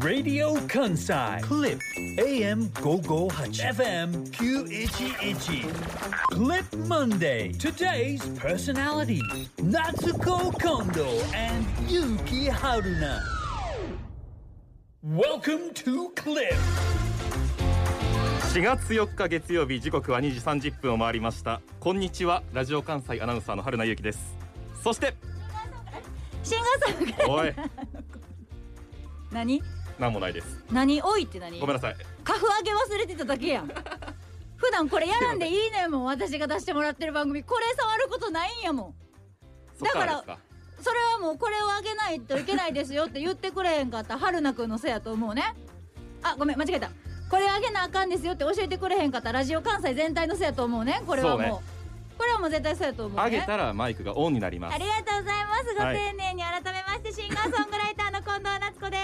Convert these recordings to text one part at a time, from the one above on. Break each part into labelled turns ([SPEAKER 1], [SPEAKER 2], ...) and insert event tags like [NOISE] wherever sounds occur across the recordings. [SPEAKER 1] Radio Kansai Clip AM 558 FM 911 Clip Monday Today's personality Natsuko Kondo and Yuki Haruna Welcome to Clip
[SPEAKER 2] 4月4日月曜日時刻は2時30分を回りましたこんにちはラジオ関西アナウンサーの春名由紀ですそして
[SPEAKER 3] シンガーソング
[SPEAKER 2] お
[SPEAKER 3] [LAUGHS]
[SPEAKER 2] い
[SPEAKER 3] 何
[SPEAKER 2] なんもないです
[SPEAKER 3] 何おいって何
[SPEAKER 2] ごめんなさい
[SPEAKER 3] カフ上げ忘れてただけやん [LAUGHS] 普段これやらんでいいねんもん私が出してもらってる番組これ触ることないんやもん
[SPEAKER 2] そっから
[SPEAKER 3] だ
[SPEAKER 2] で
[SPEAKER 3] か
[SPEAKER 2] すから
[SPEAKER 3] それはもうこれをあげないといけないですよって言ってくれへんかった春菜くんのせいやと思うねあごめん間違えたこれあげなあかんですよって教えてくれへんかったラジオ関西全体のせいやと思うねこれはもう
[SPEAKER 2] そうね
[SPEAKER 3] これはもう絶対そうやと思うね
[SPEAKER 2] あげたらマイクがオンになります
[SPEAKER 3] ありがとうございます。ご
[SPEAKER 2] はい
[SPEAKER 3] 丁寧に改めまして、シンガーソングライターの近藤夏子で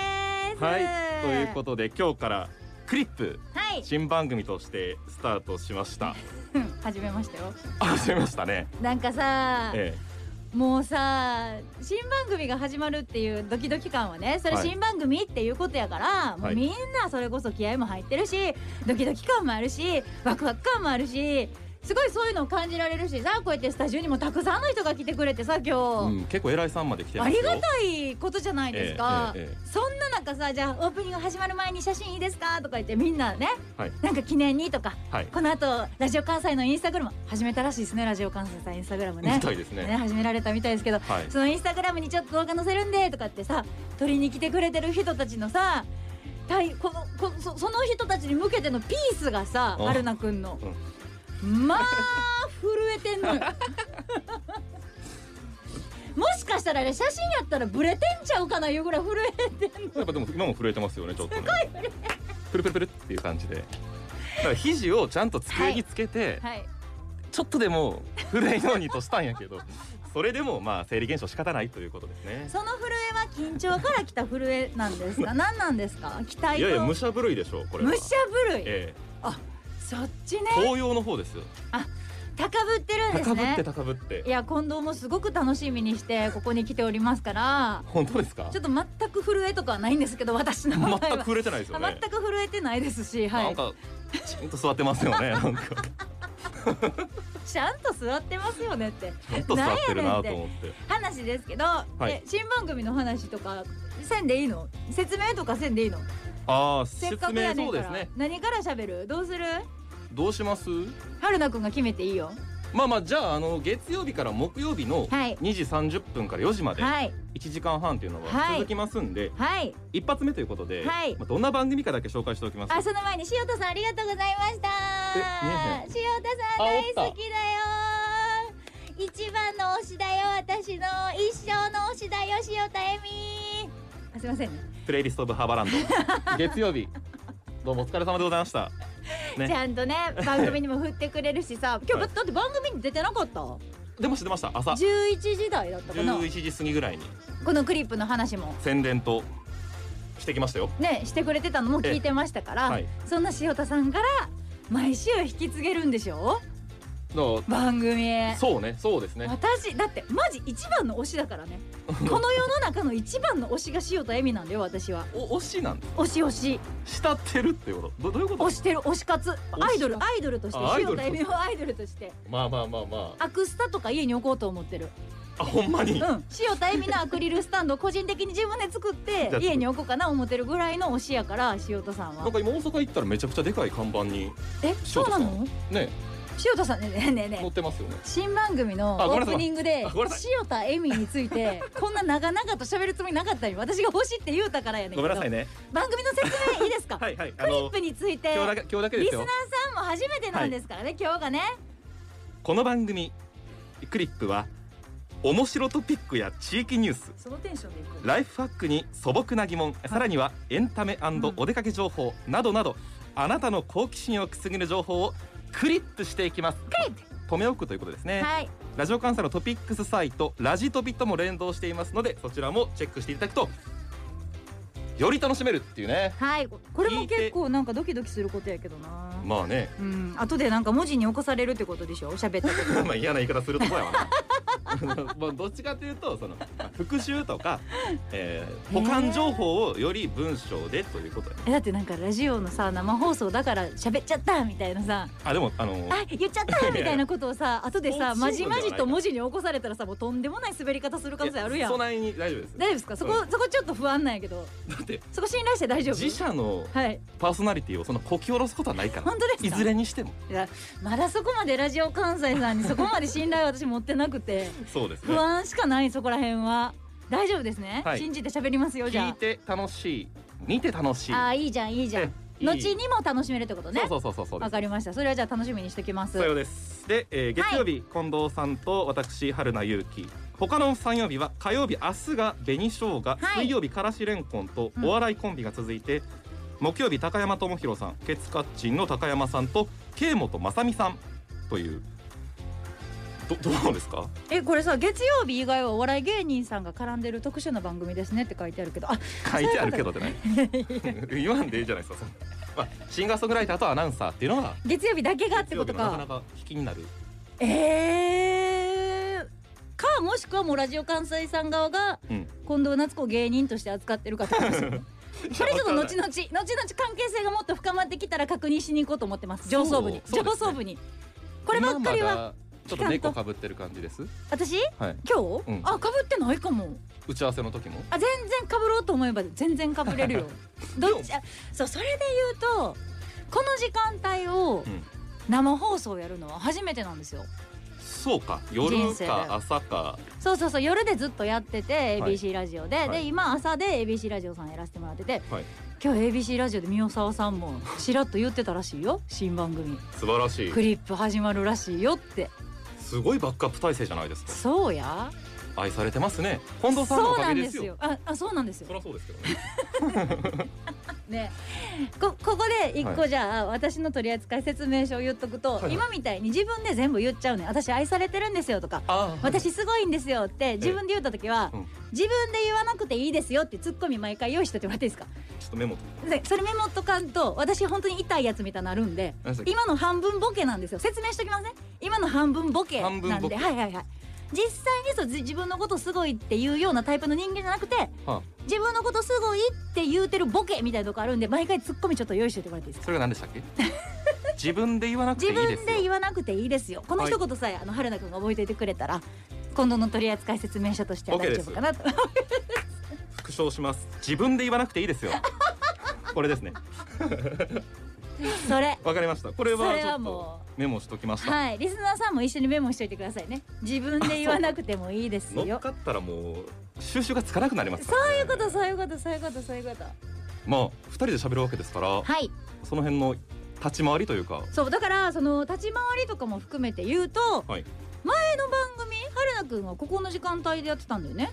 [SPEAKER 3] す。
[SPEAKER 2] はいということで今日からクリップ
[SPEAKER 3] はい。
[SPEAKER 2] 新番組としてスタートしました
[SPEAKER 3] うん [LAUGHS] 始めましたよ。
[SPEAKER 2] あ始めましたね
[SPEAKER 3] なんかさ、
[SPEAKER 2] え
[SPEAKER 3] もうさ、新番組が始まるっていうドキドキ感はね、それ
[SPEAKER 2] はい
[SPEAKER 3] 新番組っていうことやから、も
[SPEAKER 2] はいう
[SPEAKER 3] みんなそれこそ気合も入ってるし、ドキドキ感もあるし、ワクワク感もあるし、すごいそういうのを感じられるしさ、こうやってスタジオにもたくさんの人が来てくれてさ、今日。
[SPEAKER 2] えうん、結構偉いさんまで来てま
[SPEAKER 3] あ
[SPEAKER 2] す
[SPEAKER 3] り
[SPEAKER 2] よ
[SPEAKER 3] がたいことじゃないですか、
[SPEAKER 2] えええええ
[SPEAKER 3] そんな中さじゃあオープニング始まる前に写真いいですかとか言ってみんなね
[SPEAKER 2] はい
[SPEAKER 3] なんか記念にとか
[SPEAKER 2] はい
[SPEAKER 3] この後ラジオ関西のインスタグラム始めたらしいですねラジオ関西さんインスタグラムね
[SPEAKER 2] みたいですね
[SPEAKER 3] ね始められたみたいですけど、
[SPEAKER 2] はい
[SPEAKER 3] そのインスタグラムにちょっと動画載せるんでとかってさ撮りに来てくれてる人たちのさたいこのこそその人たちに向けてのピースがさ
[SPEAKER 2] うん
[SPEAKER 3] 春菜くんの、まあ震えてんのよ
[SPEAKER 2] [LAUGHS]
[SPEAKER 3] もしかしたらね写真やったらブレてんちゃうかないうぐらい震えてんの
[SPEAKER 2] やっぱでも今も震えてますよねちょっとねプルプルプルっていう感じでだから肘をちゃんと机につけて、
[SPEAKER 3] はい
[SPEAKER 2] ちょっとでも震えんようにとしたんやけどそれでもまあ生理現象仕方ないということですね
[SPEAKER 3] その震えは緊張から来た震えなんですか何なんですか期待と
[SPEAKER 2] いやいや武者震いでしょうこれは
[SPEAKER 3] 武者震い、
[SPEAKER 2] え
[SPEAKER 3] そっちね
[SPEAKER 2] え紅葉の方ですよ
[SPEAKER 3] 高ぶってるんで
[SPEAKER 2] 高
[SPEAKER 3] す
[SPEAKER 2] ぶっ
[SPEAKER 3] ね
[SPEAKER 2] て高ぶって
[SPEAKER 3] いや近藤もすごく楽しみにしてここに来ておりますから
[SPEAKER 2] 本当ですか
[SPEAKER 3] ちょっと全く震えとかはないんですけど私の場合は
[SPEAKER 2] 全く震えてないですよ
[SPEAKER 3] あ
[SPEAKER 2] ね
[SPEAKER 3] 全く震えてないですし、は
[SPEAKER 2] なん
[SPEAKER 3] い、
[SPEAKER 2] かちゃんと座ってますよねなんか
[SPEAKER 3] ちゃんと座ってますよねって
[SPEAKER 2] ちゃんと座ってるなと思って
[SPEAKER 3] 話ですけど、
[SPEAKER 2] い
[SPEAKER 3] え新番組の話とかせんでいいの説明とかせんでいいの
[SPEAKER 2] ああ
[SPEAKER 3] せ
[SPEAKER 2] 説
[SPEAKER 3] っかくや
[SPEAKER 2] 明
[SPEAKER 3] ね
[SPEAKER 2] そ
[SPEAKER 3] ん
[SPEAKER 2] う
[SPEAKER 3] か
[SPEAKER 2] で
[SPEAKER 3] ら
[SPEAKER 2] すね
[SPEAKER 3] 何から喋るどうする
[SPEAKER 2] どうします
[SPEAKER 3] 春菜くんが決めていいよ
[SPEAKER 2] まあまあじゃああの月曜日から木曜日の
[SPEAKER 3] はい
[SPEAKER 2] 2時30分から4時まで
[SPEAKER 3] はい
[SPEAKER 2] 1時間半というの
[SPEAKER 3] は
[SPEAKER 2] はい続きますんで、
[SPEAKER 3] はい
[SPEAKER 2] 一発目ということで、
[SPEAKER 3] はい
[SPEAKER 2] まあ、どんな番組かだけ紹介しておきます
[SPEAKER 3] あその前に塩田さんありがとうございました
[SPEAKER 2] え
[SPEAKER 3] 塩田さん
[SPEAKER 2] あ
[SPEAKER 3] 大
[SPEAKER 2] おった
[SPEAKER 3] 好きだよ一番の推しだよ私の一生の推しだよ塩田恵美あすいませんね
[SPEAKER 2] プレイリストオブハーバーラン
[SPEAKER 3] [LAUGHS]
[SPEAKER 2] ド月曜日どうもお疲れ様でございましたね
[SPEAKER 3] ちゃんとね番組にも振ってくれるし
[SPEAKER 2] [LAUGHS]
[SPEAKER 3] さ今日だって番組に出てなかった
[SPEAKER 2] でも知ってました朝
[SPEAKER 3] 11時台だったかな
[SPEAKER 2] 11時過ぎぐらいに
[SPEAKER 3] このクリップの話も
[SPEAKER 2] 宣伝としてきましたよ
[SPEAKER 3] ねしてくれてたのも聞いてましたから、
[SPEAKER 2] えはい
[SPEAKER 3] そんな塩田さんから毎週引き継げるんでしょ
[SPEAKER 2] だか
[SPEAKER 3] 番組
[SPEAKER 2] らそうねそうですね
[SPEAKER 3] 私だってマジ一番の推しだか
[SPEAKER 2] [LAUGHS]
[SPEAKER 3] らねこの世の中の一番の推しが塩田恵美なんだよ私は
[SPEAKER 2] お推しなんで
[SPEAKER 3] 推し推し
[SPEAKER 2] す慕ってるっていうことどどういうこと
[SPEAKER 3] 推してる推し活
[SPEAKER 2] し
[SPEAKER 3] アイドルアイドルとして
[SPEAKER 2] あアイド
[SPEAKER 3] 塩
[SPEAKER 2] ル
[SPEAKER 3] 田
[SPEAKER 2] と
[SPEAKER 3] 恵美をアイドルとして
[SPEAKER 2] まあまあまあま
[SPEAKER 3] アクスタとか家に置こうと思ってる
[SPEAKER 2] ああほんま
[SPEAKER 3] う
[SPEAKER 2] に、
[SPEAKER 3] ん塩田恵美のアクリルスタンドを個人的に自分で作って
[SPEAKER 2] じゃあ
[SPEAKER 3] 家に置こうかな思ってるぐらいの推しやから塩田さん
[SPEAKER 2] な
[SPEAKER 3] は
[SPEAKER 2] んか今大阪行ったらめちゃくちゃでかい看板に
[SPEAKER 3] え
[SPEAKER 2] 塩
[SPEAKER 3] そう
[SPEAKER 2] 田
[SPEAKER 3] な
[SPEAKER 2] さん
[SPEAKER 3] の
[SPEAKER 2] ね
[SPEAKER 3] 塩田さんねねえねえね
[SPEAKER 2] 載
[SPEAKER 3] え
[SPEAKER 2] ってますよね
[SPEAKER 3] 新番組のオ
[SPEAKER 2] あごめんな
[SPEAKER 3] ー
[SPEAKER 2] さい
[SPEAKER 3] プニングで
[SPEAKER 2] あごめんなさ
[SPEAKER 3] 塩田恵美についてこんな長々と喋るつもりなかったよ私が欲しいって言うたからやねんけ
[SPEAKER 2] ご
[SPEAKER 3] ど
[SPEAKER 2] めんなさいね
[SPEAKER 3] 番組の説明いいですか
[SPEAKER 2] はいはいあ
[SPEAKER 3] クリッ
[SPEAKER 2] の
[SPEAKER 3] プについて
[SPEAKER 2] 今日だけ今日だけで
[SPEAKER 3] リ
[SPEAKER 2] す
[SPEAKER 3] スナ
[SPEAKER 2] よ
[SPEAKER 3] ーさんも初めてなんですからね、今日がね
[SPEAKER 2] この番組クリップは面白トピックや地域ニュース
[SPEAKER 3] そのテンションでいく
[SPEAKER 2] ライフハックに素朴な疑問さらにはエンタメ
[SPEAKER 3] ん
[SPEAKER 2] お出かけ情報などなどあなたの好奇心をくすぐる情報をクリップしていきます
[SPEAKER 3] クリッ
[SPEAKER 2] 止め置くということですね、
[SPEAKER 3] はい
[SPEAKER 2] ラジオ関西のトピックスサイトラジトピとも連動していますのでそちらもチェックしていただくとより楽しめるっていうね
[SPEAKER 3] はいこれも結構なんかドキドキすることやけどな、
[SPEAKER 2] まあね
[SPEAKER 3] うん後でなんか文字に起こされ
[SPEAKER 2] [LAUGHS]
[SPEAKER 3] る [LAUGHS] ってことでしょ喋ったこと
[SPEAKER 2] まあ嫌な言い方するとこやわなまあどっちかというとそのまあ復習とか、えー保管情報をより文章でということで
[SPEAKER 3] えだってなんかラジオのさ生放送だから喋っちゃったみたいなさ
[SPEAKER 2] あでもあの
[SPEAKER 3] あ言っちゃったみたいなこと
[SPEAKER 2] [LAUGHS]
[SPEAKER 3] をさ後でさ
[SPEAKER 2] そうそう
[SPEAKER 3] まじまじと文字に起こされたらさもうとんでもない滑り方する可能性あるやん
[SPEAKER 2] そ
[SPEAKER 3] 大丈
[SPEAKER 2] ないに大丈夫です
[SPEAKER 3] 夫ですかそこ、
[SPEAKER 2] う
[SPEAKER 3] そこちょっと不安なんやけど
[SPEAKER 2] だって
[SPEAKER 3] そこ信頼して大丈夫
[SPEAKER 2] 自社の
[SPEAKER 3] はい
[SPEAKER 2] パーソナリティをそのこき下ろすことはないから
[SPEAKER 3] 本当です
[SPEAKER 2] い
[SPEAKER 3] か
[SPEAKER 2] ずれにしても
[SPEAKER 3] いやまだそこまでラジオ関西さんにそこまで信頼を私持ってなくて
[SPEAKER 2] そうです [LAUGHS]
[SPEAKER 3] 不
[SPEAKER 2] ね
[SPEAKER 3] 安しかないそこら辺は大丈夫ですね、
[SPEAKER 2] はい
[SPEAKER 3] 信じて喋りますよじ
[SPEAKER 2] 聞い
[SPEAKER 3] ゃ
[SPEAKER 2] て楽しい見て楽しい
[SPEAKER 3] ああーいいじゃんいいじゃん
[SPEAKER 2] えいい
[SPEAKER 3] 後にも楽しめるってことね
[SPEAKER 2] そうそうそうそうそうで
[SPEAKER 3] わ
[SPEAKER 2] す
[SPEAKER 3] かりましたそれはじゃあ楽しみにしてきます
[SPEAKER 2] さようですで、えー月曜日、近藤さんと私春名優希他の3曜日は火曜日明日が紅生姜、
[SPEAKER 3] はい
[SPEAKER 2] 水曜日からしれんこんと
[SPEAKER 3] うん
[SPEAKER 2] お笑いコンビが続いて、木曜日高山智博さんケツカッチンの高山さんと慶本雅美さんというどどうですか
[SPEAKER 3] えこれさ月曜日以外はお笑い芸人さんが絡んでる特殊な番組ですねって書いてあるけどあ
[SPEAKER 2] 書いてあるけどって
[SPEAKER 3] [LAUGHS]
[SPEAKER 2] ない言わんでいいじゃないですかそんな、まあ、シンガーソングライターとアナウンサーっていうのが
[SPEAKER 3] 月曜日だけがっ
[SPEAKER 2] 月
[SPEAKER 3] てこ
[SPEAKER 2] 曜日
[SPEAKER 3] と
[SPEAKER 2] のなかな
[SPEAKER 3] か
[SPEAKER 2] か引きになる
[SPEAKER 3] えーかもしくはもうラジオ関西さん側が
[SPEAKER 2] うん
[SPEAKER 3] 近藤夏子を芸人として扱ってる方ですよねこれちょっと後々後
[SPEAKER 2] いやわからない
[SPEAKER 3] 々関係性がもっと深まってきたら確認しに行こうと思ってます上層部に、
[SPEAKER 2] そうそうで
[SPEAKER 3] 上
[SPEAKER 2] すね
[SPEAKER 3] 層部にこればっかり
[SPEAKER 2] 今ま
[SPEAKER 3] は
[SPEAKER 2] だちょっと猫かぶってる感じです
[SPEAKER 3] 私
[SPEAKER 2] はい
[SPEAKER 3] 今日、
[SPEAKER 2] うん
[SPEAKER 3] あかぶってないかも
[SPEAKER 2] 打ち合わせの時も
[SPEAKER 3] あ全然かぶろうと思えば全然か
[SPEAKER 2] [LAUGHS]
[SPEAKER 3] ぶれるよどっちあそうそれで言うとこの時間帯を
[SPEAKER 2] うん
[SPEAKER 3] 生放送やるのは初めてなんですよ
[SPEAKER 2] そうか
[SPEAKER 3] 人
[SPEAKER 2] 夜
[SPEAKER 3] 生だよ
[SPEAKER 2] か朝か
[SPEAKER 3] そうそうそう夜でずっとやってて
[SPEAKER 2] はい
[SPEAKER 3] ABC ラジオで、
[SPEAKER 2] は
[SPEAKER 3] で
[SPEAKER 2] い
[SPEAKER 3] 今朝で ABC ラジオさんやらせてもらってて、
[SPEAKER 2] はい
[SPEAKER 3] 今日 ABC ラジオで宮沢さんもしらっと言ってたらしいよ新番組
[SPEAKER 2] 素晴らしい
[SPEAKER 3] クリップ始まるらしいよって
[SPEAKER 2] すごいバックアップ体制じゃないですか
[SPEAKER 3] そうや
[SPEAKER 2] 愛されてますね近藤さんのおかげですよ
[SPEAKER 3] そうなんですよああそうなんですよ
[SPEAKER 2] そりゃそうですけどね
[SPEAKER 3] ねこここで一
[SPEAKER 2] は
[SPEAKER 3] 個じゃあ、私の取扱説明書を言っとくと、
[SPEAKER 2] いはい
[SPEAKER 3] 今みたいに自分で全部言っちゃうねん私愛されてるんですよとか
[SPEAKER 2] あー
[SPEAKER 3] 私すごいんですよって自分で言った時は、
[SPEAKER 2] うん
[SPEAKER 3] 自分で言わなくていいですよってツッコミ毎回用意しといてもらっていいですか
[SPEAKER 2] ちょっとメモ取って
[SPEAKER 3] でそれメモっとかんと私本当に痛いやつみたいになるんで
[SPEAKER 2] 何でしたっけ
[SPEAKER 3] 今の半分ボケなんですよ説明しときますね今の半分ボケなん
[SPEAKER 2] 半分ボ
[SPEAKER 3] で
[SPEAKER 2] ケ
[SPEAKER 3] はいはいはい実際にそうじ自分のことすごいっていうようなタイプの人間じゃなくて
[SPEAKER 2] は
[SPEAKER 3] 自分のことすごいって言うてるボケみたいなとこあるんで毎回ツッコミちょっと用意しておいてもらっていいです
[SPEAKER 2] あ
[SPEAKER 3] か
[SPEAKER 2] それが何でしたっ
[SPEAKER 3] [LAUGHS]
[SPEAKER 2] け自分で言わなくてい
[SPEAKER 3] 自
[SPEAKER 2] いですよ
[SPEAKER 3] 分で言わなくていいですよこの
[SPEAKER 2] はい
[SPEAKER 3] 一言さえ、あの春菜くんが覚えていてくれたら今度の取扱説明書としては
[SPEAKER 2] OK
[SPEAKER 3] 大丈夫かなと [LAUGHS]
[SPEAKER 2] 復唱します自分で言わなくていいですよこれですね
[SPEAKER 3] それ
[SPEAKER 2] わかりましたこれ
[SPEAKER 3] そ
[SPEAKER 2] は
[SPEAKER 3] れ
[SPEAKER 2] ちょ
[SPEAKER 3] は
[SPEAKER 2] っ
[SPEAKER 3] も
[SPEAKER 2] と
[SPEAKER 3] う
[SPEAKER 2] メモしときました、
[SPEAKER 3] はいリスナーさんも一緒にメモしておいてくださいね自分で言わなくてもいいです
[SPEAKER 2] 乗
[SPEAKER 3] よ
[SPEAKER 2] っかったらもう収集がつかなくなりますか
[SPEAKER 3] そ
[SPEAKER 2] ら
[SPEAKER 3] う
[SPEAKER 2] ね
[SPEAKER 3] いうことそういうことそういうことそういうこと
[SPEAKER 2] まあ二人で喋るわけですから、
[SPEAKER 3] はい
[SPEAKER 2] その辺の立ち回りというか
[SPEAKER 3] そうだからその立ち回りとかも含めて言うと、
[SPEAKER 2] はい
[SPEAKER 3] 前の番組春菜くんはここの時間帯でやってたんだよね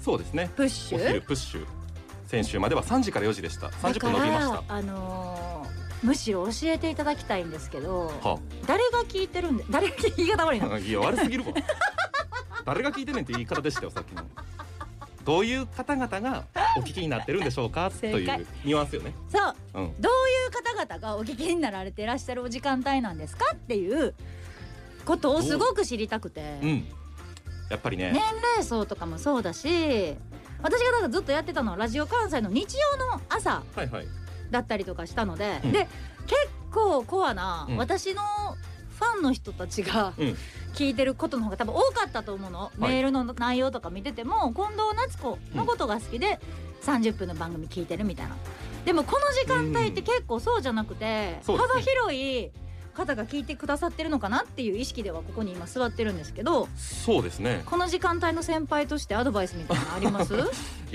[SPEAKER 2] そうですね
[SPEAKER 3] プッシ
[SPEAKER 2] お
[SPEAKER 3] ュ
[SPEAKER 2] 昼プッシュ先週までは3時から4時でした
[SPEAKER 3] だ
[SPEAKER 2] 30
[SPEAKER 3] か
[SPEAKER 2] 分伸びましたは
[SPEAKER 3] らあのーむしろ教えていただきたいんですけど
[SPEAKER 2] あ
[SPEAKER 3] 誰が聞いてるんで [LAUGHS] 誰が聞い言い方悪いな
[SPEAKER 2] いや悪すぎるわ [LAUGHS] 誰が聞いてんねんって言い方でしたよさっきのどういう方々がお聞きになってるんでしょうかと
[SPEAKER 3] 正
[SPEAKER 2] い
[SPEAKER 3] 解
[SPEAKER 2] うニュアンスよね
[SPEAKER 3] そう
[SPEAKER 2] うん
[SPEAKER 3] どういう方々がお聞きになられてらっしゃるお時間帯なんですかっていうことをすごく知りたくて、
[SPEAKER 2] うんやっぱりね
[SPEAKER 3] 年齢層とかもそうだし私がだからずっとやってたのはラジオ関西の日曜の朝
[SPEAKER 2] はいはい
[SPEAKER 3] だったりとかしたので、
[SPEAKER 2] うん
[SPEAKER 3] で結構コアな、
[SPEAKER 2] うん
[SPEAKER 3] 私のファンの人たちが
[SPEAKER 2] うん
[SPEAKER 3] 聞いてることの方が多分多かったと思うの、
[SPEAKER 2] い
[SPEAKER 3] メールの内容とか見てても近藤夏子のことが好きで30分の番組聞いてるみたいなでもこの時間帯って結構そうじゃなくて、
[SPEAKER 2] そうですね
[SPEAKER 3] 幅広い方が聞いてくださってるのかなっていう意識ではここに今座ってるんですけど
[SPEAKER 2] そうですね
[SPEAKER 3] この時間帯の先輩としてアドバイスみたいなのあります
[SPEAKER 2] [LAUGHS]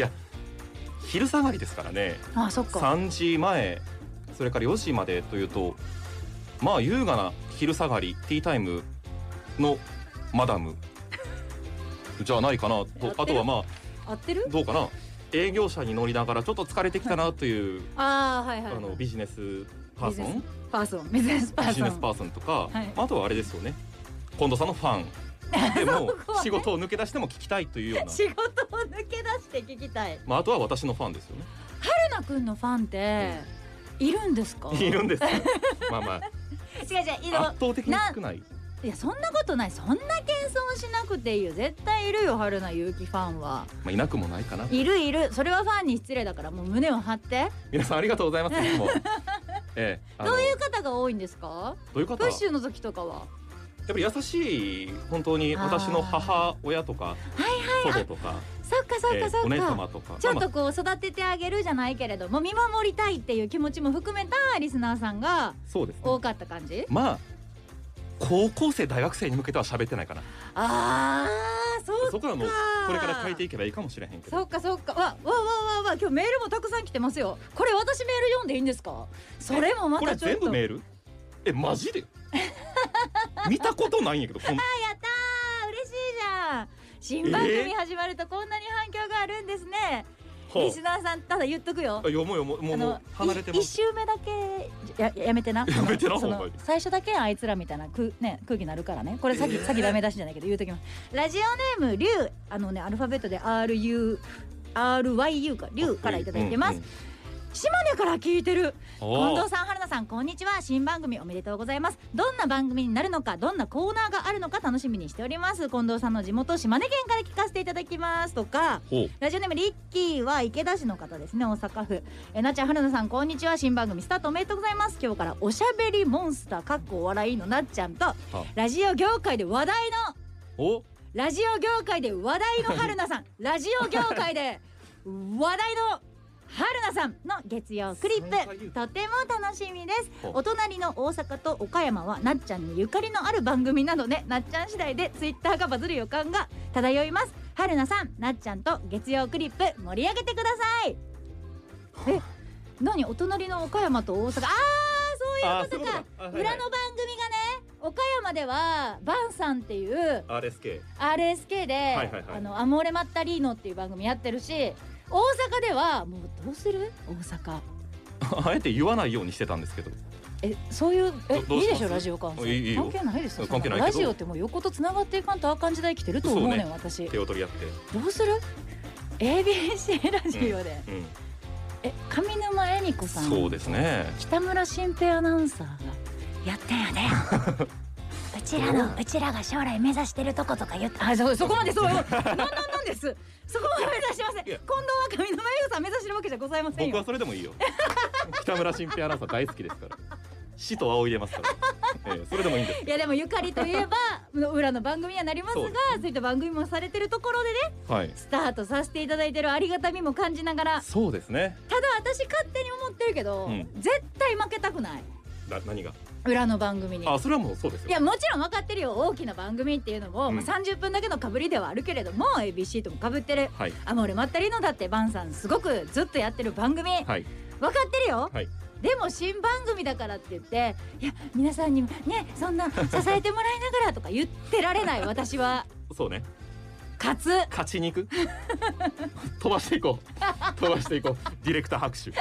[SPEAKER 2] 昼下がりですからね
[SPEAKER 3] あそっか
[SPEAKER 2] 3時前それから4時までというとまあ優雅な昼下がりティータイムのマダムじゃないかな
[SPEAKER 3] やってる
[SPEAKER 2] とあとはま
[SPEAKER 3] 合ってる
[SPEAKER 2] あどうかな営業車に乗りながらちょっと疲れてきたなという
[SPEAKER 3] ああはいはい、
[SPEAKER 2] あ
[SPEAKER 3] はい、
[SPEAKER 2] のビジネスパーソン
[SPEAKER 3] パーソンビジネスパー
[SPEAKER 2] ビジ
[SPEAKER 3] ソ
[SPEAKER 2] ネス
[SPEAKER 3] ン
[SPEAKER 2] パーソンとか、
[SPEAKER 3] はい
[SPEAKER 2] あとはあれですよね近藤さんのファンで
[SPEAKER 3] [LAUGHS]
[SPEAKER 2] も
[SPEAKER 3] こはね
[SPEAKER 2] 仕事を抜け出しても聞きたいというよ
[SPEAKER 3] [LAUGHS]
[SPEAKER 2] うな、
[SPEAKER 3] 仕事を抜け出して聞きたい。
[SPEAKER 2] まあ、あとは私のファンですよね
[SPEAKER 3] ルナ君のファンっているんですか？ [LAUGHS]
[SPEAKER 2] いるんですまあまあ
[SPEAKER 3] 違う違う、いる
[SPEAKER 2] 圧倒的に少ない
[SPEAKER 3] いやそんなことないそんな謙遜しなくていいよ絶対いるよ春菜結城ファンは
[SPEAKER 2] まあ、いなくもないかない
[SPEAKER 3] るいるそれはファンに失礼だからもう胸を張って
[SPEAKER 2] 皆さんありがとうございますい
[SPEAKER 3] [LAUGHS]
[SPEAKER 2] つもええあの
[SPEAKER 3] どういう方が多いんですか
[SPEAKER 2] どういう方
[SPEAKER 3] プッ
[SPEAKER 2] や
[SPEAKER 3] シュの時とかは
[SPEAKER 2] っぱり優しい本当に
[SPEAKER 3] あー
[SPEAKER 2] 私の母親とか祖母とか、
[SPEAKER 3] そっかそっ
[SPEAKER 2] え
[SPEAKER 3] か
[SPEAKER 2] え
[SPEAKER 3] そっ
[SPEAKER 2] お姉
[SPEAKER 3] か、
[SPEAKER 2] 様とか
[SPEAKER 3] ちょっ
[SPEAKER 2] まあ
[SPEAKER 3] とこう育ててあげるじゃないけれども見守りたいっていう気持ちも含めたリスナーさんが
[SPEAKER 2] そうですね
[SPEAKER 3] 多かった感じ
[SPEAKER 2] まあ高校生大学生に向けては喋ってないかな
[SPEAKER 3] あーそう
[SPEAKER 2] そこらもうこれから変えていけばいいかもしれへんけど
[SPEAKER 3] そっかそっかわわわわわ今日メールもたくさん来てますよこれ私メール読んでいいんですかそれもま
[SPEAKER 2] これ
[SPEAKER 3] たちょっ
[SPEAKER 2] 全
[SPEAKER 3] と
[SPEAKER 2] 部メールえマジ
[SPEAKER 3] [LAUGHS]
[SPEAKER 2] で見たことないんやけどこん
[SPEAKER 3] やったー嬉しいじゃん新番組始まるとこんなに反響があるんですね、
[SPEAKER 2] ほう
[SPEAKER 3] リスナーさんただ言っとくよ
[SPEAKER 2] あ読もう読もうもうもう離れて
[SPEAKER 3] い
[SPEAKER 2] ま
[SPEAKER 3] 一
[SPEAKER 2] す
[SPEAKER 3] 周目だけややめてな
[SPEAKER 2] やめてな
[SPEAKER 3] その
[SPEAKER 2] ほんまに
[SPEAKER 3] 最初だけあいつらみたいなく、ね、空気になるからねこれ先先ダメ出しじゃないけど言うときますラジオネームリュウあのねアルファベットで RU RYU かリュウからいただいてます、
[SPEAKER 2] うんうん
[SPEAKER 3] 島根から聞いてる近
[SPEAKER 2] おー
[SPEAKER 3] 藤さん春菜さんこんにちは新番組おめでとうございますどんな番組になるのかどんなコーナーがあるのか楽しみにしております近藤さんの地元島根県から聞かせていただきますとか
[SPEAKER 2] ほう
[SPEAKER 3] ラジオネームリッキーは池田市の方ですね大阪府えなちゃん春菜さんこんにちは新番組スタートおめでとうございます今日からおしゃべりモンスターかっこお笑いのなっちゃんとラジオ業界で話題の
[SPEAKER 2] お
[SPEAKER 3] ラジオ業界で話題の春菜さんラジオ業界で話題の春菜さんの月曜クリップとても楽しみです
[SPEAKER 2] ほう
[SPEAKER 3] お隣の大阪と岡山はなっちゃんにゆかりのある番組なのでなっちゃん次第でツイッターがバズる予感が漂います春菜さんなっちゃんと月曜クリップ盛り上げてくださいえ何お隣の岡山と大阪あ
[SPEAKER 2] あ
[SPEAKER 3] あ
[SPEAKER 2] ー
[SPEAKER 3] そういうことか
[SPEAKER 2] そういうことかあはいはい
[SPEAKER 3] 裏の番組がね岡山ではバンさんっていう
[SPEAKER 2] RSK
[SPEAKER 3] RSK で、
[SPEAKER 2] いはいはい
[SPEAKER 3] あのアモーレマッタリーノっていう番組やってるし大阪ではもうどうする大阪
[SPEAKER 2] [LAUGHS] あえて言わないようにしてたんですけど
[SPEAKER 3] えそういうえ
[SPEAKER 2] どどう
[SPEAKER 3] いい
[SPEAKER 2] します
[SPEAKER 3] でしょラジオ関西
[SPEAKER 2] いいいいよ
[SPEAKER 3] 関係ないですよ
[SPEAKER 2] 関係ないけど
[SPEAKER 3] ラジオってもう横とつながっていかんとあかん時代来てると思うねん
[SPEAKER 2] そう
[SPEAKER 3] 私
[SPEAKER 2] 手を取り合って
[SPEAKER 3] どうする ABC ラジオで、
[SPEAKER 2] うん
[SPEAKER 3] え上沼恵美子さん
[SPEAKER 2] そうですね
[SPEAKER 3] 北村新平アナウンサーがやってんやで
[SPEAKER 2] [LAUGHS]
[SPEAKER 3] うちらのうちらが将来目指してるとことか言ってあそそこまでそうよなんなんなんですそこまで目指してません
[SPEAKER 2] いや
[SPEAKER 3] 近藤は上沼恵美子さん目指してるわけじゃございません
[SPEAKER 2] 僕は
[SPEAKER 3] よ
[SPEAKER 2] それでもい
[SPEAKER 3] [LAUGHS]
[SPEAKER 2] いよ北村新平アナウンサー大好きですから死と仰いでますから、ええそれでもいいんです
[SPEAKER 3] いやでもゆかりといえば裏の番組にはなりますが
[SPEAKER 2] そうで
[SPEAKER 3] そういった番組もされてるところでね
[SPEAKER 2] はい
[SPEAKER 3] スタートさせていただいてるありがたみも感じながら
[SPEAKER 2] そうですね
[SPEAKER 3] ただ私勝手に思ってるけど、
[SPEAKER 2] うん
[SPEAKER 3] 絶対負けたくない
[SPEAKER 2] な何が
[SPEAKER 3] 裏の番組に
[SPEAKER 2] あそれはもうそうですよ
[SPEAKER 3] いやもちろん分かってるよ大きな番組っていうのも、
[SPEAKER 2] うん
[SPEAKER 3] まあ、30分だけのかぶりではあるけれども ABC ともかぶってる
[SPEAKER 2] はい
[SPEAKER 3] 「あもう俺まったりの」だってバンさんすごくずっとやってる番組、
[SPEAKER 2] はい
[SPEAKER 3] 分かってるよ、
[SPEAKER 2] はい
[SPEAKER 3] でも新番組だからって言っていや皆さんにもねそんな支えてもらいながらとか言ってら
[SPEAKER 2] [LAUGHS]
[SPEAKER 3] れない私は
[SPEAKER 2] そうね
[SPEAKER 3] 勝つ
[SPEAKER 2] 勝ちに行く飛ばしていこう飛ばしていこうディレクター拍手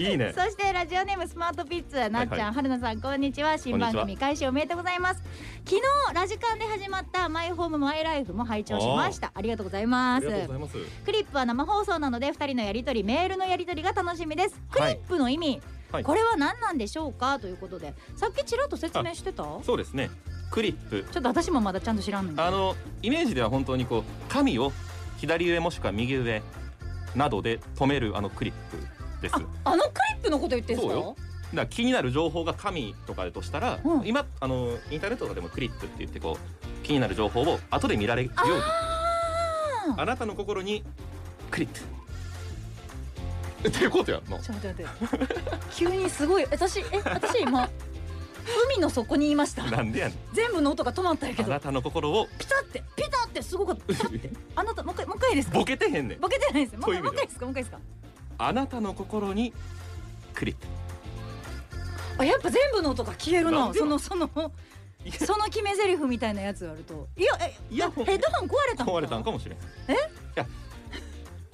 [SPEAKER 2] いいね
[SPEAKER 3] そしてラジオネームスマートピッツなっちゃ
[SPEAKER 2] は
[SPEAKER 3] ん、
[SPEAKER 2] いは
[SPEAKER 3] 春菜さんこんにちは新番
[SPEAKER 2] こん
[SPEAKER 3] 組
[SPEAKER 2] に
[SPEAKER 3] 開始おめでとうございます昨日ラジカンで始まったマイホームマイライフも拝聴しましたありがとうござい
[SPEAKER 2] あ
[SPEAKER 3] ま
[SPEAKER 2] り
[SPEAKER 3] す
[SPEAKER 2] がとうございます
[SPEAKER 3] クリップは生放送なので2人のやり取りメールのやり取りが楽しみですクリ
[SPEAKER 2] はい
[SPEAKER 3] ップの意味、
[SPEAKER 2] はい
[SPEAKER 3] これは何なんでしょうかということでさっきちらっと説明してたちょ
[SPEAKER 2] そうですねクリップ
[SPEAKER 3] っと私もまだちゃんと知らんのに
[SPEAKER 2] あのイメージでは本当にこう紙を左上もしくは右上などで止めるあのクリップです
[SPEAKER 3] あのクリップのこと言ってんすか
[SPEAKER 2] そうよだから気になる情報が紙とかだとしたら、
[SPEAKER 3] うん
[SPEAKER 2] 今あのインターネットとかでもクリップって言ってこう気になる情報を後で見られるように
[SPEAKER 3] あー
[SPEAKER 2] あなたの心にクリップっていうことやんの
[SPEAKER 3] ちょっと待って待って急にすごい私え私今海の底にいました
[SPEAKER 2] なんでやねん
[SPEAKER 3] 全部の音が止まったんやけ
[SPEAKER 2] あ
[SPEAKER 3] ど
[SPEAKER 2] なたの心を
[SPEAKER 3] ピタってピタってすごかったピタってあなたもう一回もう一回いいですか
[SPEAKER 2] ボケてへんねん
[SPEAKER 3] ボケてないですよもう一回もう
[SPEAKER 2] そういう意味では
[SPEAKER 3] 一回いいですかもう一回いいですか
[SPEAKER 2] あなたの心にクリップ
[SPEAKER 3] あやっぱ全部の音が消える
[SPEAKER 2] な
[SPEAKER 3] なん
[SPEAKER 2] で
[SPEAKER 3] そのその
[SPEAKER 2] いや
[SPEAKER 3] [LAUGHS] その決め台詞みたいなやつがあるといやえ
[SPEAKER 2] イヤホン
[SPEAKER 3] ヘッドホン壊れたんか
[SPEAKER 2] 壊れたんかもしれんえいや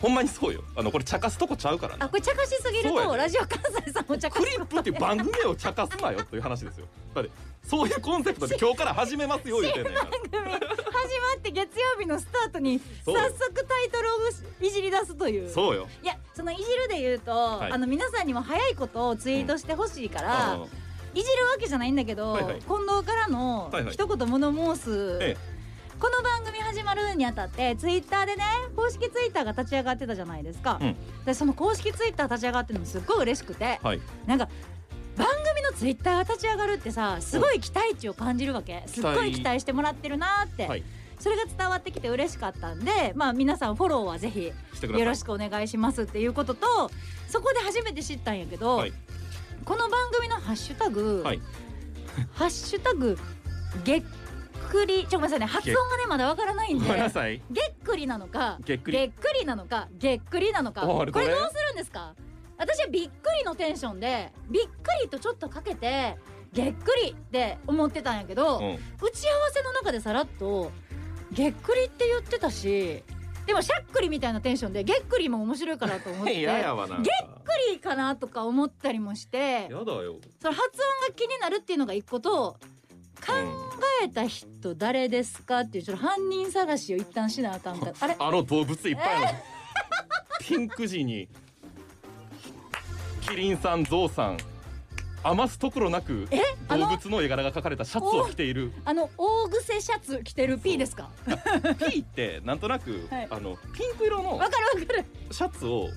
[SPEAKER 2] ほんまにそうよあのこれ茶化すとこちゃうから
[SPEAKER 3] あ
[SPEAKER 2] な
[SPEAKER 3] これ茶化しすぎる
[SPEAKER 2] そうや
[SPEAKER 3] と
[SPEAKER 2] ね
[SPEAKER 3] ラジオ関西さんも茶化
[SPEAKER 2] ク
[SPEAKER 3] す
[SPEAKER 2] リップっていう番組を茶化すなよという話ですよだってそういうコンセプトで今日から始めますよ言ってんねんから
[SPEAKER 3] 番 [LAUGHS] 組始まって月曜日のスタートに
[SPEAKER 2] そ
[SPEAKER 3] 早
[SPEAKER 2] うよ
[SPEAKER 3] 速タイトルをいじり出すという
[SPEAKER 2] そうよ
[SPEAKER 3] いやそのいじるで言うと、
[SPEAKER 2] はい
[SPEAKER 3] あの皆さんにも早いことをツイートしてほしいから、
[SPEAKER 2] うん
[SPEAKER 3] いじるわけじゃないんだけど、
[SPEAKER 2] はいはい
[SPEAKER 3] 近藤からの
[SPEAKER 2] はいはい
[SPEAKER 3] 一言物申す、
[SPEAKER 2] ええ
[SPEAKER 3] この番組始まるにあたってツイッターでね公式ツイッターが立ち上がってたじゃないですか、
[SPEAKER 2] うん
[SPEAKER 3] でその公式ツイッター立ち上がってるのすっごい嬉しくて、
[SPEAKER 2] はい
[SPEAKER 3] なんか番組のツイッターが立ち上がるってさすごい期待値を感じるわけすっごい期待してもらってるなーって、
[SPEAKER 2] はい
[SPEAKER 3] それが伝わってきて嬉しかったんでまあ皆さんフォローはぜひ
[SPEAKER 2] してください
[SPEAKER 3] よろしくお願いしますっていうこととそこで初めて知ったんやけど、
[SPEAKER 2] はい
[SPEAKER 3] この番組のハッシュタグ、
[SPEAKER 2] はい
[SPEAKER 3] ハッシュタグげっくりちょごめんなさいね発音がねまだわからないん
[SPEAKER 2] ご
[SPEAKER 3] で
[SPEAKER 2] めんなさい
[SPEAKER 3] げっくりなのか
[SPEAKER 2] げっくり
[SPEAKER 3] げっくりなのかげっくりなのか
[SPEAKER 2] お
[SPEAKER 3] こ
[SPEAKER 2] あ
[SPEAKER 3] れ
[SPEAKER 2] れ
[SPEAKER 3] どう
[SPEAKER 2] こ
[SPEAKER 3] す
[SPEAKER 2] れ
[SPEAKER 3] るんですか私はびっくりのテンションでびっくりとちょっとかけてげっくりって思ってたんやけど、
[SPEAKER 2] うん
[SPEAKER 3] 打ち合わせの中でさらっとげっくりって言ってたしでもしゃっくりみたいなテンションでげっくりも面白いかなと思って
[SPEAKER 2] [LAUGHS] いややわなんか
[SPEAKER 3] びっくりかなとか思ったりもして
[SPEAKER 2] やだよ、
[SPEAKER 3] その発音が気になるっていうのが一個と考えた人誰ですかっていうちょっと犯人探しを一旦しなあかんかあれ
[SPEAKER 2] あの動物いっぱいある、ピンク時にキリンさんゾウさん余すところなく
[SPEAKER 3] えあ
[SPEAKER 2] 動
[SPEAKER 3] の
[SPEAKER 2] 物の絵柄が描かれたシャツを着ている
[SPEAKER 3] あの大癖シャツ着てる P ですか
[SPEAKER 2] P ってなんとなく、
[SPEAKER 3] はい
[SPEAKER 2] あのピンク色の
[SPEAKER 3] わかるわかる
[SPEAKER 2] シャツを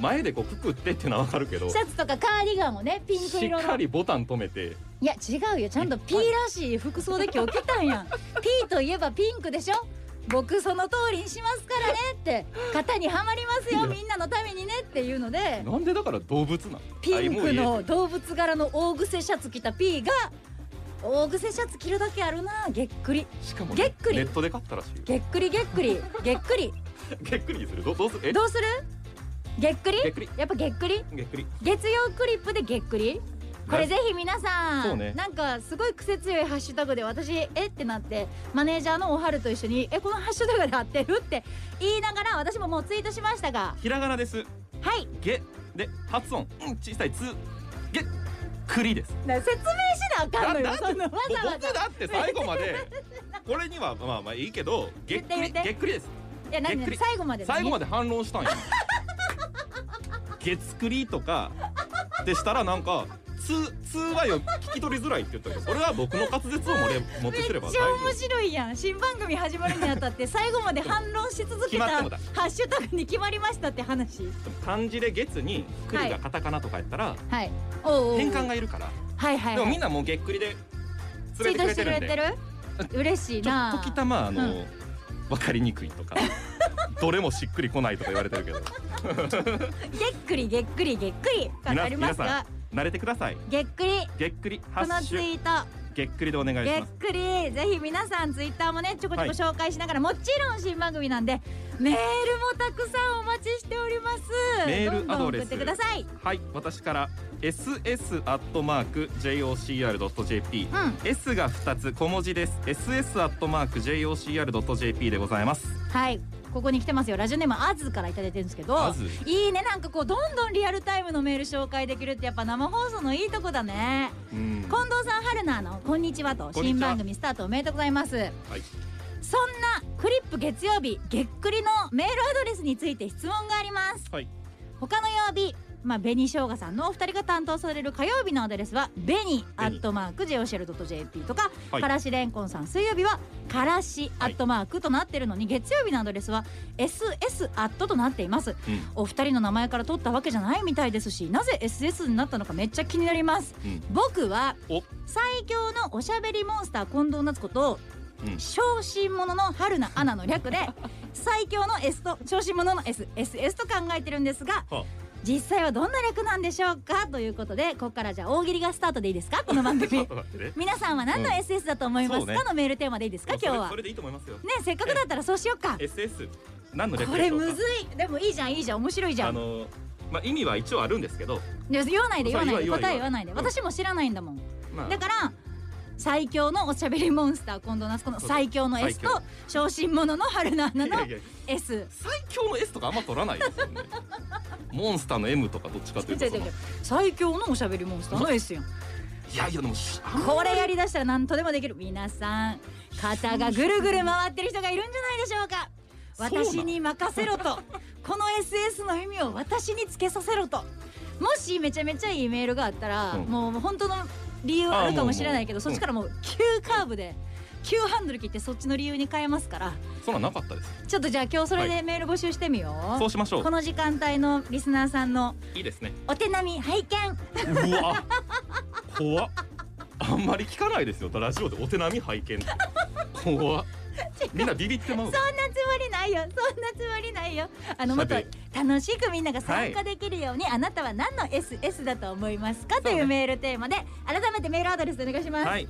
[SPEAKER 2] 前でこうくくってっていうのはわかるけど
[SPEAKER 3] シャツとかカーディガンをねピンク
[SPEAKER 2] し
[SPEAKER 3] 色
[SPEAKER 2] っか
[SPEAKER 3] の
[SPEAKER 2] りボタン止めて
[SPEAKER 3] いや違うよちゃんと P らしい服装で今日来たんやん P といえばピンクでしょ僕その通りにしますからねって型にはまりますよみんなのためにねっていうので
[SPEAKER 2] なんでだから動物なの
[SPEAKER 3] ピンク
[SPEAKER 2] あもう
[SPEAKER 3] の動物柄の大癖シャツ着た P が大癖シャツ着るだけあるなげっくり
[SPEAKER 2] 家しかも
[SPEAKER 3] げっくり
[SPEAKER 2] ネットで買ったらしいよ
[SPEAKER 3] げっくりげっくり
[SPEAKER 2] [LAUGHS]
[SPEAKER 3] げっくり
[SPEAKER 2] げっくりにするどどうするえ
[SPEAKER 3] どうするげっくり
[SPEAKER 2] げっくり
[SPEAKER 3] やっぱげっくり
[SPEAKER 2] げっくり
[SPEAKER 3] 月曜クリップでげっくりこれぜひ皆さ、
[SPEAKER 2] そうんね
[SPEAKER 3] なんかすごい癖強いハッシュタグで私えってなってマネージャーのおはると一緒にえこのハッシュタグで合ってるって言いながら私ももうツイートしましたが
[SPEAKER 2] ひらがなです
[SPEAKER 3] はい
[SPEAKER 2] げで発音、うん、小さいつげくりです
[SPEAKER 3] な説明しなあかんのよそんなわざわ
[SPEAKER 2] 僕
[SPEAKER 3] ざ
[SPEAKER 2] だって最後
[SPEAKER 3] [LAUGHS]
[SPEAKER 2] までこれにはまあまあいいけどげっく
[SPEAKER 3] 言
[SPEAKER 2] り
[SPEAKER 3] って言って
[SPEAKER 2] げっくりです
[SPEAKER 3] いや何
[SPEAKER 2] げっくり
[SPEAKER 3] 最後まで
[SPEAKER 2] 最後ま
[SPEAKER 3] で
[SPEAKER 2] で反論したんや月くりとかでしたらなんか通通話よ聞き取りづらいって言ったけどそれは僕の滑舌を俺持って
[SPEAKER 3] め
[SPEAKER 2] く
[SPEAKER 3] っち
[SPEAKER 2] れ
[SPEAKER 3] ゃ
[SPEAKER 2] ば大
[SPEAKER 3] 面
[SPEAKER 2] 丈夫
[SPEAKER 3] 白いやん新番組始まるにあたって最後まで反論し続
[SPEAKER 2] 決
[SPEAKER 3] けた
[SPEAKER 2] まってもだ
[SPEAKER 3] ハッシュタグに決まりましたって話
[SPEAKER 2] でも漢字で月にくりがカタカナとかやったら
[SPEAKER 3] はいおうおうおう
[SPEAKER 2] 変換がいるから
[SPEAKER 3] はいはい
[SPEAKER 2] で
[SPEAKER 3] は
[SPEAKER 2] もみ
[SPEAKER 3] い
[SPEAKER 2] んなもうげっくりで
[SPEAKER 3] ツイ
[SPEAKER 2] 連れ
[SPEAKER 3] ー
[SPEAKER 2] て
[SPEAKER 3] ト
[SPEAKER 2] くれ
[SPEAKER 3] して
[SPEAKER 2] て
[SPEAKER 3] く
[SPEAKER 2] る
[SPEAKER 3] れ
[SPEAKER 2] ん
[SPEAKER 3] て
[SPEAKER 2] で
[SPEAKER 3] る嬉しい
[SPEAKER 2] ちょっ
[SPEAKER 3] な
[SPEAKER 2] ときたまあの、
[SPEAKER 3] う
[SPEAKER 2] 分かりにくいと
[SPEAKER 3] [LAUGHS]
[SPEAKER 2] かどれもしっくりこないとか言われてるけど
[SPEAKER 3] げっくりげっくりげっくりからあります
[SPEAKER 2] 皆
[SPEAKER 3] が
[SPEAKER 2] 慣れてください
[SPEAKER 3] げっくり
[SPEAKER 2] げっくりハ
[SPEAKER 3] この
[SPEAKER 2] ッシ
[SPEAKER 3] ツイ
[SPEAKER 2] ュ
[SPEAKER 3] ート
[SPEAKER 2] げっくりでお願い
[SPEAKER 3] げ
[SPEAKER 2] し
[SPEAKER 3] っ
[SPEAKER 2] ます
[SPEAKER 3] くりぜひ皆さんツイッターもねちょこちょこ
[SPEAKER 2] はい
[SPEAKER 3] 紹介しながら、もちろん新番組なんでメールもたくさんお待ちしております
[SPEAKER 2] メールアドレス
[SPEAKER 3] どんどん送ってください
[SPEAKER 2] はい私から ss アットマーク jocr.jp
[SPEAKER 3] うん
[SPEAKER 2] S が2つ小文字です ss アットマーク jocr.jp でございます
[SPEAKER 3] はいここに来てますよラジオネームアズから頂いただいてるんですけど
[SPEAKER 2] アズ
[SPEAKER 3] いいねなんかこうどんどんリアルタイムのメール紹介できるってやっぱ生放送のいいとこだね
[SPEAKER 2] うん
[SPEAKER 3] 近藤さん春菜の「こんにちは」と
[SPEAKER 2] こんにちは
[SPEAKER 3] 新番組スタートおめでとうございます、そんなクリップ月曜日げっくりのメールアドレスについて質問があります
[SPEAKER 2] はい
[SPEAKER 3] 他の曜日まあ、紅しょうがさんのお二人が担当される火曜日のアドレスは「紅」「アットマーク JOCL.jp」とか、
[SPEAKER 2] はい
[SPEAKER 3] からしれんこんさん水曜日は「からし」「ア
[SPEAKER 2] はい
[SPEAKER 3] ットマーク」となってるのに、月曜日のアドレスは「SS」「アット」となっています、
[SPEAKER 2] うん
[SPEAKER 3] お二人の名前から取ったわけじゃないみたいですしなぜ SS になったのかめっちゃ気になります
[SPEAKER 2] うん
[SPEAKER 3] 僕は
[SPEAKER 2] お
[SPEAKER 3] 最強のおしゃべりモンスター近藤夏子と、
[SPEAKER 2] うん
[SPEAKER 3] 小心者の春菜アナの略で最強の S と小心者の SSS と考えてるんですが、
[SPEAKER 2] はあ
[SPEAKER 3] 実際はどんな略なんでしょうかということでここからじゃあ大喜利がスタートでいいですかこの番
[SPEAKER 2] ちょっ
[SPEAKER 3] 組
[SPEAKER 2] と待ってね
[SPEAKER 3] 皆さんは何の
[SPEAKER 2] うん
[SPEAKER 3] SS だと思います
[SPEAKER 2] そう
[SPEAKER 3] か、
[SPEAKER 2] ね
[SPEAKER 3] のメールテーマでいいですか
[SPEAKER 2] もうそ
[SPEAKER 3] 今
[SPEAKER 2] れ
[SPEAKER 3] 日は
[SPEAKER 2] そ
[SPEAKER 3] ね
[SPEAKER 2] れでいいと思いますよ
[SPEAKER 3] せっかくだったらそうしようか
[SPEAKER 2] SS 何の略
[SPEAKER 3] こ
[SPEAKER 2] で
[SPEAKER 3] れ
[SPEAKER 2] しょう
[SPEAKER 3] む
[SPEAKER 2] か
[SPEAKER 3] ずいでもいいじゃんいいじゃん面白いじゃ
[SPEAKER 2] あ
[SPEAKER 3] ん
[SPEAKER 2] のまあ意味は一応あるんですけど
[SPEAKER 3] で言わないで言わない
[SPEAKER 2] そ
[SPEAKER 3] で
[SPEAKER 2] う言わ
[SPEAKER 3] 答
[SPEAKER 2] 言わ
[SPEAKER 3] え言わないで
[SPEAKER 2] 言わない
[SPEAKER 3] 私も知らないんだもん
[SPEAKER 2] まあ
[SPEAKER 3] だから最強のおしゃべりモンスター近藤夏子の
[SPEAKER 2] そう
[SPEAKER 3] 最強の S
[SPEAKER 2] 最強
[SPEAKER 3] と小心者の春菜アナ
[SPEAKER 2] いや
[SPEAKER 3] の
[SPEAKER 2] いや
[SPEAKER 3] S
[SPEAKER 2] 最強の S とかあんま取らないですよねモンスターの M とかどっちかと
[SPEAKER 3] 違
[SPEAKER 2] いうう
[SPEAKER 3] 違
[SPEAKER 2] と
[SPEAKER 3] う違う最強のおしゃべりモンスター
[SPEAKER 2] [LAUGHS]
[SPEAKER 3] の S やん
[SPEAKER 2] そのいやいやでもしあんま
[SPEAKER 3] これやりだしたら何とでもできる皆さん肩がぐるぐる回ってる人がいるんじゃないでしょ
[SPEAKER 2] [LAUGHS]
[SPEAKER 3] うか
[SPEAKER 2] そうなん
[SPEAKER 3] 私に任せろ
[SPEAKER 2] [LAUGHS]
[SPEAKER 3] とこの SS の意味を私につけさせろともしめちゃめちゃいいメールがあったら、
[SPEAKER 2] うん
[SPEAKER 3] もう本当の理由あるかもしれないけどそっちからもう急カーブで急ハンドル切ってそっちの理由に変えますから
[SPEAKER 2] そんなんなかったです
[SPEAKER 3] ちょっとじゃあ今日それでメール募集してみよう、
[SPEAKER 2] そうしましょ
[SPEAKER 3] この時間帯のリスナーさんの
[SPEAKER 2] ういいですね
[SPEAKER 3] お手並み拝見
[SPEAKER 2] うわ怖っあんまり聞かないですよラジオでお手並み拝見って怖っみんなビビってまう
[SPEAKER 3] そんなつもりないよそんなつもりないよあのもっと
[SPEAKER 2] 喋
[SPEAKER 3] 楽しくみんなが参加できるように、あなたは何の SS だと思いますかというメールテーマで改めてメールアドレスお願いします、
[SPEAKER 2] はい。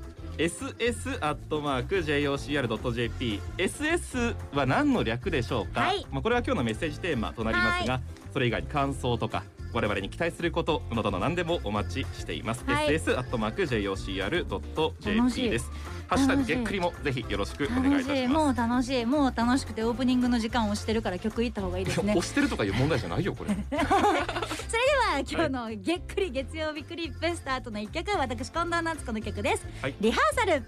[SPEAKER 2] SS アットマーク jocr ドット jp。SS は何の略でしょうか。
[SPEAKER 3] はい
[SPEAKER 2] まあこれは今日のメッセージテーマとなりますが、それ以外に感想とか。我々に期待することなどの何でもお待ちしています。
[SPEAKER 3] はい
[SPEAKER 2] SS アットマーク jocr ドット
[SPEAKER 3] 楽しい
[SPEAKER 2] jp です。ハッシュタグ
[SPEAKER 3] 楽しい
[SPEAKER 2] げっくりもぜひよろしくお願い
[SPEAKER 3] 楽
[SPEAKER 2] い
[SPEAKER 3] した
[SPEAKER 2] し
[SPEAKER 3] い
[SPEAKER 2] ま
[SPEAKER 3] も
[SPEAKER 2] す。
[SPEAKER 3] う楽しいもう楽しくてオープニングの時間を押してるから曲いった方がいいです
[SPEAKER 2] いや
[SPEAKER 3] ね
[SPEAKER 2] 押してるとかいう問題じゃないよこれ。
[SPEAKER 3] それでは今日の「げっくり月曜日クリップ」スタートの一曲私近藤夏子の曲です、
[SPEAKER 2] はい
[SPEAKER 3] リハーサル